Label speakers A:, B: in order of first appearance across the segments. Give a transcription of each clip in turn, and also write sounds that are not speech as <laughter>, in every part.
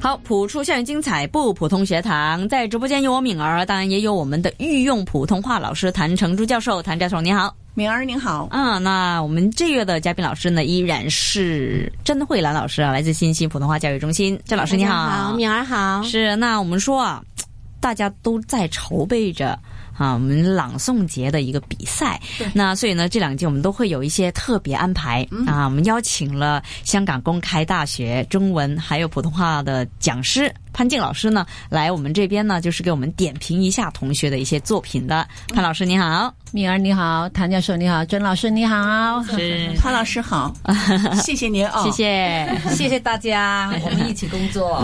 A: 好，普出校园精彩不普通学堂，在直播间有我敏儿，当然也有我们的御用普通话老师谭成珠教授。谭教授您好，
B: 敏儿您好，
A: 啊，那我们这月的嘉宾老师呢，依然是甄慧兰老师啊，来自新西普通话教育中心。甄老师你好，
C: 敏儿好。
A: 是那我们说啊，大家都在筹备着。啊，我们朗诵节的一个比赛，那所以呢，这两届我们都会有一些特别安排、
B: 嗯
A: 啊。我们邀请了香港公开大学中文还有普通话的讲师潘静老师呢，来我们这边呢，就是给我们点评一下同学的一些作品的。潘老师你好，
C: 敏儿你好，谭教授你好，甄老师你好，
A: 是
B: 潘老师好，谢谢您啊，
A: <laughs> 谢。谢。
B: <laughs>
C: 谢谢大家，我们一起工 <laughs> 作。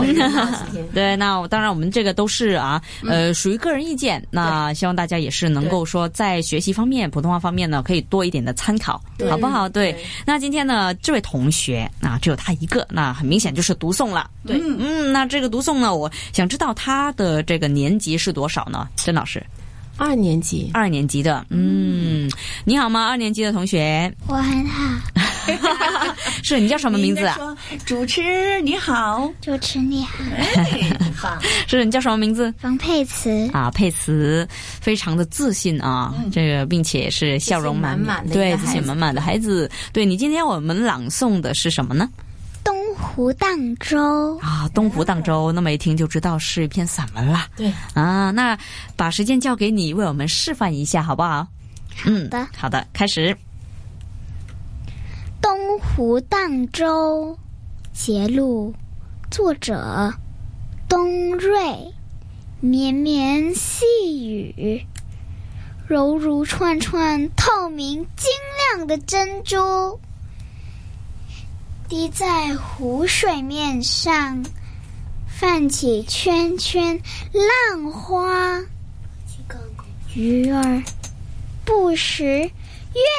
A: 对，那我当然我们这个都是啊，呃，属于个人意见。那希望大家也是能够说在学习方面、普通话方面呢，可以多一点的参考，好不好？对。那今天呢，这位同学啊，只有他一个，那很明显就是读诵了。
C: 对
A: 嗯，那这个读诵呢，我想知道他的这个年级是多少呢？甄老师，
C: 二年级，
A: 二年级的，嗯，你好吗？二年级的同学， <laughs>
D: 我很好，
A: 是你叫什么名字啊？
B: 说主持你好，
D: 主持你好，
A: 是你叫什么名字？
D: 冯佩慈，
A: 啊，佩慈非常的自信啊，这个并且是笑容满
C: 嗯自信满满的一
A: 对
C: 个
A: 自
C: 孩子
A: 信满满的孩子。对你今天我们朗诵的是什么呢？
D: 东湖荡舟，
A: 啊，《东湖荡舟》，那么一听就知道是一篇散文啦。
C: 对
A: 啊，那把时间交给你，为我们示范一下好不好？嗯，
D: 的
A: 好的，开始。
D: 东湖荡舟节录，作者东瑞。绵绵细雨，柔如串串透明晶亮的珍珠，滴在湖水面上，泛起圈圈浪花。鱼儿不时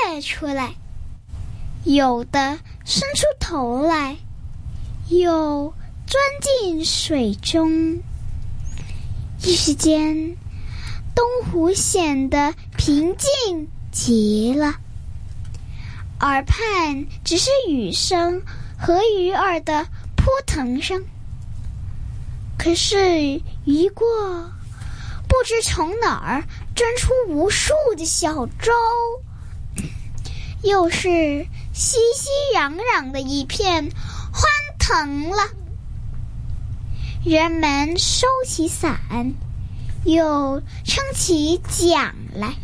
D: 跃出来，有的伸出头来，有钻进水中。一时间，东湖显得平静极了，耳畔只是雨声和鱼儿的扑腾声。可是一过，不知从哪儿钻出无数的小舟，又是熙熙攘攘的一片欢腾了。人们收起伞，又撑起桨来。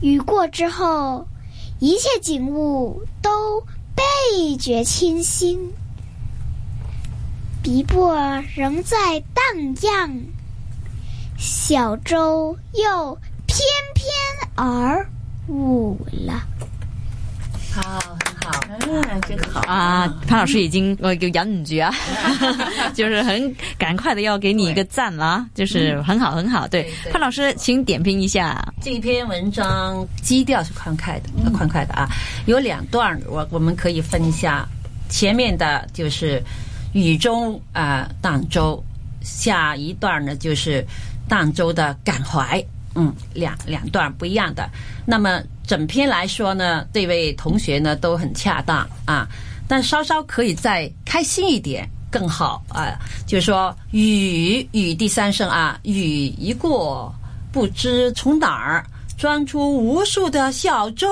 D: 雨过之后，一切景物都倍觉清新，碧波仍在荡漾，小舟又翩翩而舞了。
C: 好，很好。
B: 嗯，真好
A: 啊，潘老师已经我就忍唔住
C: <laughs>
A: 啊，就是很赶快的要给你一个赞了啊，就是很好很好。对
C: 嗯对，对
A: 潘老师，请点评一下。
C: 这一篇文章基调是欢快的，呃欢快的啊，有两段儿，我我们可以分一下。前面的就是雨中啊、呃荡舟，下一段呢就是荡舟的感怀。嗯，两两段不一样的。那么整篇来说呢，这位同学呢都很恰当啊，但稍稍可以再开心一点更好啊。就是说雨雨第三声啊，雨一过，不知从哪儿钻出无数的小舟，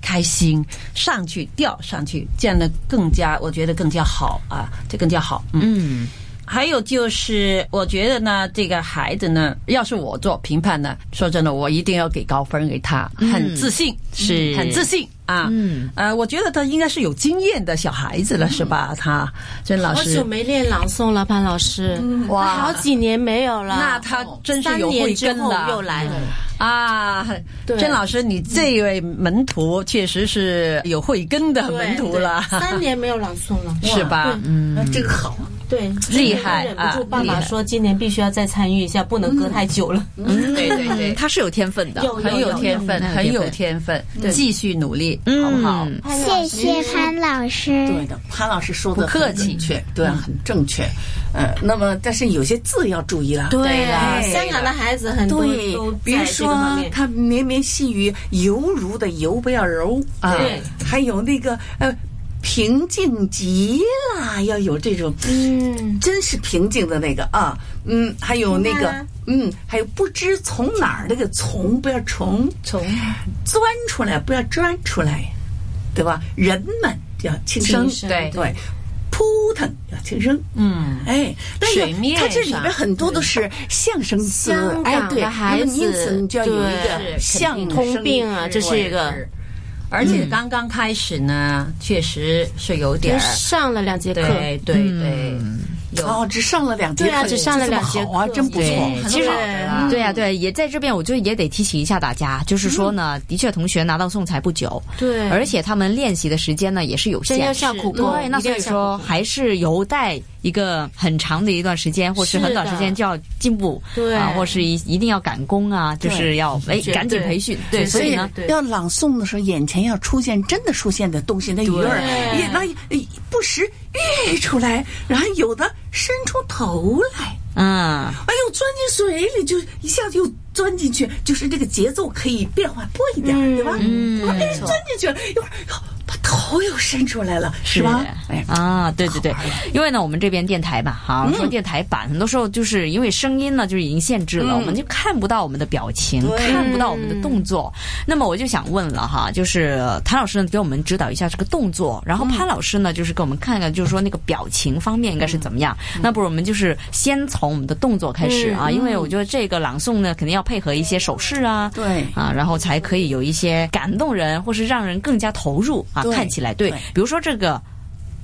C: 开心上去钓上去，这样的更加我觉得更加好啊，这更加好。嗯，
A: 嗯，
C: 还有就是我觉得呢，这个孩子呢，要是我做评判呢，说真的，我一定要给高分给他，很自信，
A: 是
C: 很自信啊。
A: 嗯，
C: 呃，我觉得他应该是有经验的小孩子了，是吧？他甄老
E: 好
C: 师嗯
E: 久。没练朗诵了，潘老师，
C: 哇
E: 好几年没有了。
C: 那他真是
E: 三
C: 有慧
E: 年之
C: 根
E: 后
C: 了，
E: 又来了，
C: 啊，
E: 对
C: 甄老师，你这位门徒确实是有慧根的
E: 对
C: 门徒了，。
E: 对三年没有朗诵了
C: <laughs> 是吧？
B: 真好，
E: 对，
C: 厉害
E: 忍不住
C: 啊
E: 爸
C: 厉害
E: 爸说今年必须要再参与一下，不能隔太久了。
C: 嗯对对
A: 嗯，
C: 对，
A: 他是有天分的。
E: 有
C: 很有天分，
A: 有
C: 很有
A: 有
C: 天分，继续努力，好不好？
A: 嗯
D: 谢谢潘老师。
B: 对的，潘老师说的
C: 不客气
B: 很准确，对，很正确。呃，那么但是有些字要注意了，
E: 对
C: 了
E: 了，香港的孩子很多
B: 对
E: 都，
B: 比如
E: 在这个
B: 说
E: 方面。
B: 它绵绵细雨，犹如的犹不要柔
C: 啊
B: 还有那个呃，平静极了，要有这种
E: 嗯，
B: 真是平静的那个啊，嗯，还有那
E: 明白
B: 个
E: 了，
B: 嗯，还有不知从哪儿那个从，不要从
C: 从
B: 钻出来，不要钻出来，对吧？人们要轻声，
E: 轻声
C: 对
B: 对，扑腾要轻声，
C: 嗯，
B: 哎，但是
C: 水面
B: 它这里
C: 上
B: 边很多都是相声词
E: 香，
B: 哎
E: 港，
B: 对，
E: 的孩
B: 那么因
E: 子
B: 此你就要有一
E: 对
B: 个
C: 是
B: 相
C: 肯定
B: 声
E: 通病啊，这是一个
C: 是而且刚刚开始呢，确实是有点
E: 只
C: 儿，
E: 上了两节课，
C: 对对对，有
B: 哦，只上了两节课，
E: 对啊只上了两节
B: 这么好啊，
E: 课
B: 真不错。
A: 对，其实嗯
C: 好的啦
A: 对呀、啊对、也在这边，我就也得提醒一下大家，就是说呢，的确，同学拿到送才不久，
E: 对
A: 而且他们练习的时间呢也是有限
E: 真要
A: 的，
E: 下苦功，
A: 对，那
E: 一定
A: 所
E: 要
A: 以
E: 下
A: 说
E: 苦
A: 还是有待一个很长的一段时间，或是
E: 是
A: 很短
E: 的
A: 时间就要进步，
E: 对
A: 啊，或是一一定要赶工啊，就是要哎
E: 绝
A: 赶紧
E: 对
A: 培训，对，
E: 绝
A: 所以
E: 对
A: 呢
E: 的，对
B: 要朗诵的时候，眼前要出现真的出现的东西，那鱼儿
E: 对
B: 也那也不时跃出来，然后有的伸出头来，
A: 嗯，
B: 哎呦，钻进水里就一下就钻进去，就是这个节奏可以变化多一点，
E: 嗯
B: 对吧？
A: 嗯
B: 哎，钻进去了，一会儿哟把头又伸出来了，是吧？哎，
A: 啊，对对对， <laughs> 因为呢，我们这边电台嘛，哈、
B: 嗯
A: 说电台版，很多时候就是因为声音呢，就是已经限制了，
B: 嗯
A: 我们就看不到我们的表情，
B: 对
A: 看不到我们的动作。那么我就想问了哈，就是谭老师呢给我们指导一下这个动作，
B: 嗯
A: 然后潘老师呢就是给我们看看，就是说那个表情方面应该是怎么样。
B: 嗯
A: 那不如我们就是先从我们的动作开始啊，因为我觉得这个朗诵呢肯定要配合一些手势啊，
B: 对
A: 啊，然后才可以有一些感动人，或是让人更加投入啊，
B: 对
A: 看起来对
B: 对。
A: 比如说这个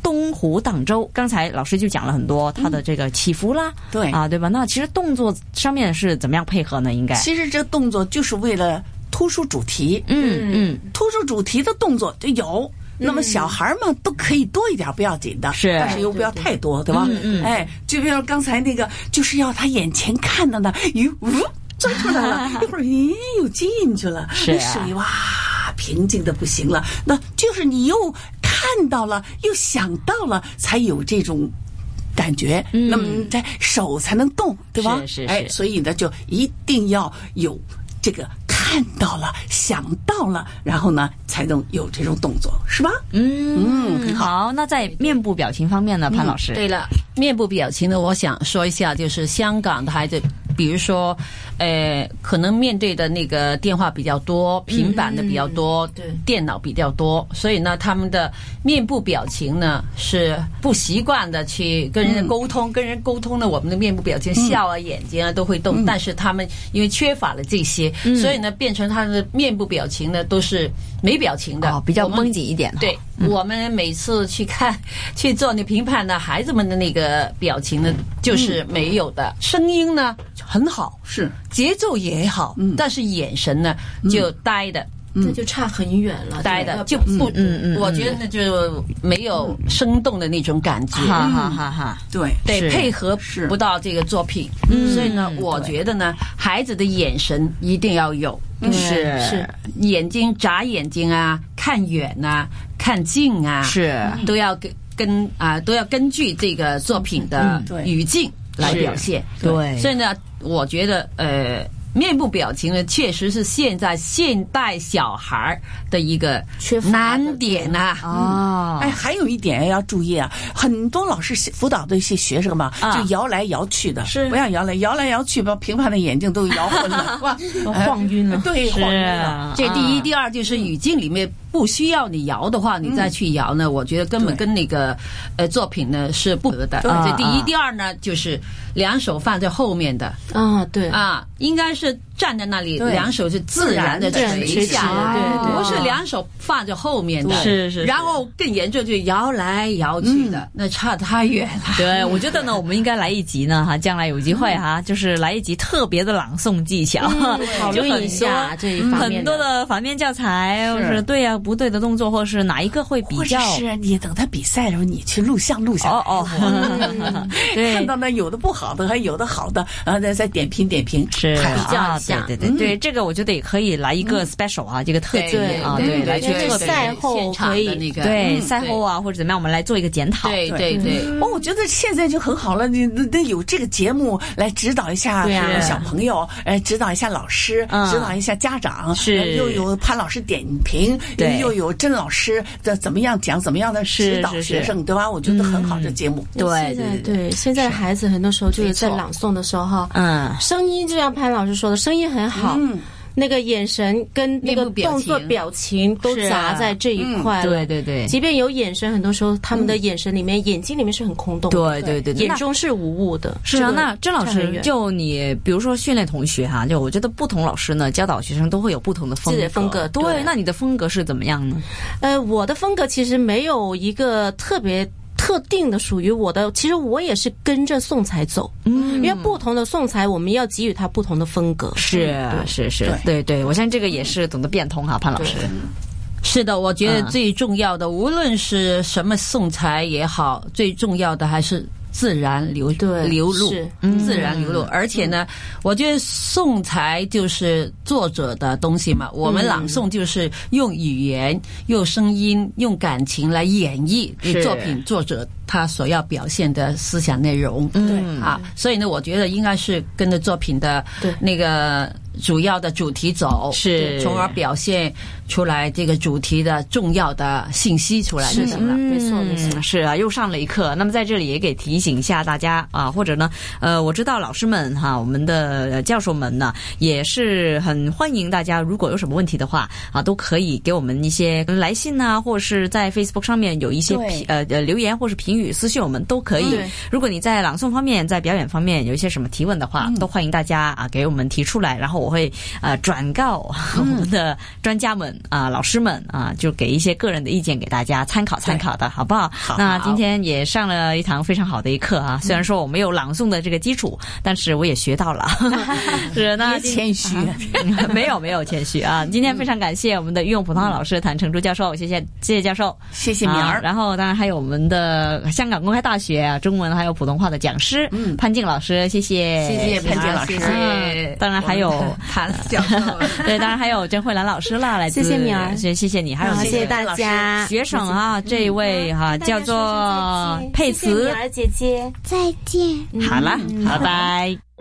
A: 东湖荡舟，刚才老师就讲了很多它的这个起伏啦，
B: 对
A: 啊，对吧？那其实动作上面是怎么样配合呢？应该，
B: 其实这动作就是为了突出主题，
A: 嗯嗯，
B: 突出主题的动作就有。那么小孩儿嘛，都可以多一点，不要紧的，
A: 是嗯
B: 但是又不要太多，对吧？哎，就比如刚才那个，就是要他眼前看到的鱼，呜钻出来
A: <laughs>
B: 了，一会儿咦又进去了，
A: 是
B: 那
A: 啊
B: 水哇平静的不行了，那就是你又看到了，又想到了，才有这种。感觉，
A: 嗯
B: 那么你才手才能动，对吧？
A: 是是是
B: 哎，所以呢，就一定要有这个看到了、想到了，然后呢，才能有这种动作，是吧？
A: 嗯
B: 嗯很好
A: 好。那在面部表情方面呢，潘老师，
C: 嗯对了，面部表情呢，我想说一下，就是香港的孩子，比如说，呃，可能面对的那个电话比较多，平板的比较
A: 嗯
C: 多，
E: 对
C: 电脑比较多，所以呢，他们的面部表情呢是不习惯的去跟人
A: 嗯
C: 家沟通，跟人沟通呢，我们的面部表情笑啊、眼睛啊都会
A: 嗯
C: 动，但是他们因为缺乏了这些，所以呢，变成他的面部表情呢都是没表情的，
A: 哦，比较
C: 我们
A: 绷紧一点，
C: 对，我们每次去看、 <laughs> 去做那评判呢，孩子们的那个表情呢，就是
A: 嗯
C: 没有的。声音呢很好，
B: 是
C: 节奏也好，
A: 嗯
C: 但是眼神呢就呆的。
E: 这就差很远
A: 啊
E: 了，
C: 呆
E: 这
C: 的
E: 个
C: 就不，
A: 嗯嗯
C: 我觉得那就没有生动的那种感觉，
A: 哈哈哈哈。
B: 对，
A: 是嗯
C: 对，配合
B: 是
C: 不到这个作品，所以呢，我觉得呢，孩子的眼神一定要有，
A: 嗯是
C: 是眼睛眨眼睛啊，看远啊，看近啊，
A: 是
C: 都要跟跟啊、都要根据这个作品的
A: 嗯
B: 对
C: 语境来
A: 是
C: 表现，
A: 对
C: 所以呢，我觉得呃。面部表情呢，确实是现在现代小孩儿的一个
E: 缺乏的
C: 难点呐、
A: 啊
B: 哎，，还有一点要注意啊，很多老师辅导的一些学生嘛，
A: 啊
B: 就摇来摇去的，
A: 是
B: 不要摇来摇来摇去，把评判的眼睛都摇昏
A: <laughs>
B: 了，哇，哎
E: 晃晕了
B: <laughs> 对，
A: 是
B: 晃晕了。
C: 这第一，
A: 啊
C: 第二就是语境里面不需要你摇的话，你
A: 嗯
C: 再去摇呢，我觉得根本
B: 对
C: 跟那个呃作品呢是不合的。
A: 对
C: 这第
A: 啊
C: 一
A: 啊，
C: 第二呢就是两手放在后面的
E: 啊，对，
C: 啊，应该是站在那里，
B: 对
C: 两手是自然的
B: 自然地
C: 垂下，
A: 对对
C: 不是两手放在后面的。
A: 是是是
C: 然后更严重就摇来摇去的，那差太远了。
A: 对，我觉得呢，我们应该来一集呢，哈，将来有机会哈，就是来一集特别的朗诵技巧，
E: 嗯
A: <laughs>
E: 讨
A: 就很
E: 论一下
A: 多嗯
E: 这一方
A: 很
E: 面
A: 多的反面教材，或是对啊呀不对的动作，或是哪一个会比
B: 或者
A: 较。
B: 是你等他比赛的时候，你去录像录像
A: 哦，哦，
B: 看
A: 对
B: 啊到，那有的不好的，还有的好的，然后再再点评点评，
A: 是
B: 太
A: 啊
B: 好了，
A: 啊，
C: 象。
A: 对对对对，这个我觉得也可以来一个 special 啊，这个特辑
E: 对
A: 啊，
E: 对对
A: 来
E: 对
A: 去
E: 对
A: 特别
E: 对对
C: 赛后
E: 现场
C: 可
E: 的
C: 以
E: 那个
A: 对
E: 嗯
A: 赛后啊或者怎么样，我们来做一个检讨。
E: 对对对，
B: 哦，我觉得现在就很好了，你那那有这个节目来指导一下
E: 对啊
B: 呃小朋友，呃，指导一下老师，
A: 嗯
B: 指导一下家长，
A: 是
B: 呃又有潘老师点评，
A: 对
B: 又有甄老师的怎么样讲，怎么样的
A: 是
B: 指导
A: 是是嗯
B: 学生，对吧？我觉得很好，这节目。
A: 对
E: 现在
A: 对
E: 对现在的孩子很多时候就是在
B: 没错
E: 朗诵的时候，
A: 嗯，
E: 声音就像潘老师说的，声音很好，
B: 嗯
E: 那个眼神跟那
C: 面
E: 个
C: 部表
E: 动作
C: 情
E: 表情都
C: 是啊
E: 砸在这一块了。
A: 对嗯对对。
E: 即便有眼神，很多时候他们的眼神里面、眼睛里面是很空洞的，
A: 对对对对
E: 眼中是无物的。
A: 是啊，
E: 这个
A: 那郑老
E: 差很
A: 师，
E: 远
A: 就你比如说训练同学哈、就我觉得不同老师呢教导学生都会有不同的风格。
E: 自己的风格
A: 对，
E: 对
A: 那你的风格是怎么样呢？
E: 呃，我的风格其实没有一个特别。特定的属于我的，其实我也是跟着送材走，嗯，因为不同的送材，我们要给予它不同的风格。
A: 是是是，对对，我相信这个也是懂得变通哈、潘老师。
C: 是的，我觉得
A: 嗯
C: 最重要的，无论是什么送材也好，最重要的还是自然流
E: 对
C: 流露
E: 是，
C: 自然流露。而且呢，我觉得送材就是作者的东西嘛，我们朗诵就是用语言、用声音、用感情来演绎
A: 是
C: 作品作者他所要表现的思想内容。
A: 对
C: 啊，所以呢，我觉得应该是跟着作品的
E: 对
C: 那个主要的主题走，
A: 是
C: 对从而表现出来这个主题的重要的信息出来就行了。
E: 没错没错。
A: 嗯，是啊，又上了一课。那么在这里也给提醒一下大家啊，或者呢，呃，我知道老师们哈、我们的呃教授们呢，也是很欢迎大家，如果有什么问题的话啊，都可以给我们一些来信呐、或者是在 Facebook 上面有一些
B: 对
A: 评呃呃留言或是评语私信我们都可以
E: 对。
A: 如果你在朗诵方面、在表演方面有一些什么提问的话，
E: 嗯
A: 都欢迎大家啊给我们提出来，然后我会呃转告
B: 嗯
A: 我们的专家们啊、老师们啊，就给一些个人的意见给大家参考参考的好不好？那今天也上了一堂非常好的一课
B: 嗯
A: 啊，虽然说我没有朗诵的这个基础，但是我也学到
B: <laughs>
A: 了。是那今
B: 谦虚，
A: 嗯 <laughs> 没有没有谦虚
B: <laughs>
A: 啊！今天非常感谢我们的御用普通话老师谭成珠教授，谢谢谢谢教授，
B: 谢嗯谢明
A: 啊
B: 儿。
A: 然后当然还有我们的香港公开大学啊中文还有普通话的讲师、
B: 嗯
A: 潘静老师，谢谢
B: 谢谢潘静老师
A: 谢谢嗯当然还有
C: 谭教授。
A: <laughs> 对，当然还有甄慧兰老师啦，来自呃
E: 谢谢敏儿
A: 谢谢谢你，还有
E: 好，
A: 你
E: 谢谢大家。
A: 学生啊，这一位哈、
F: 大
A: 叫
F: 家说声再见
A: 做佩
F: 谢谢
A: 慈
F: 敏，儿姐姐。
E: 嗯
D: 再见。
A: 好了，拜拜。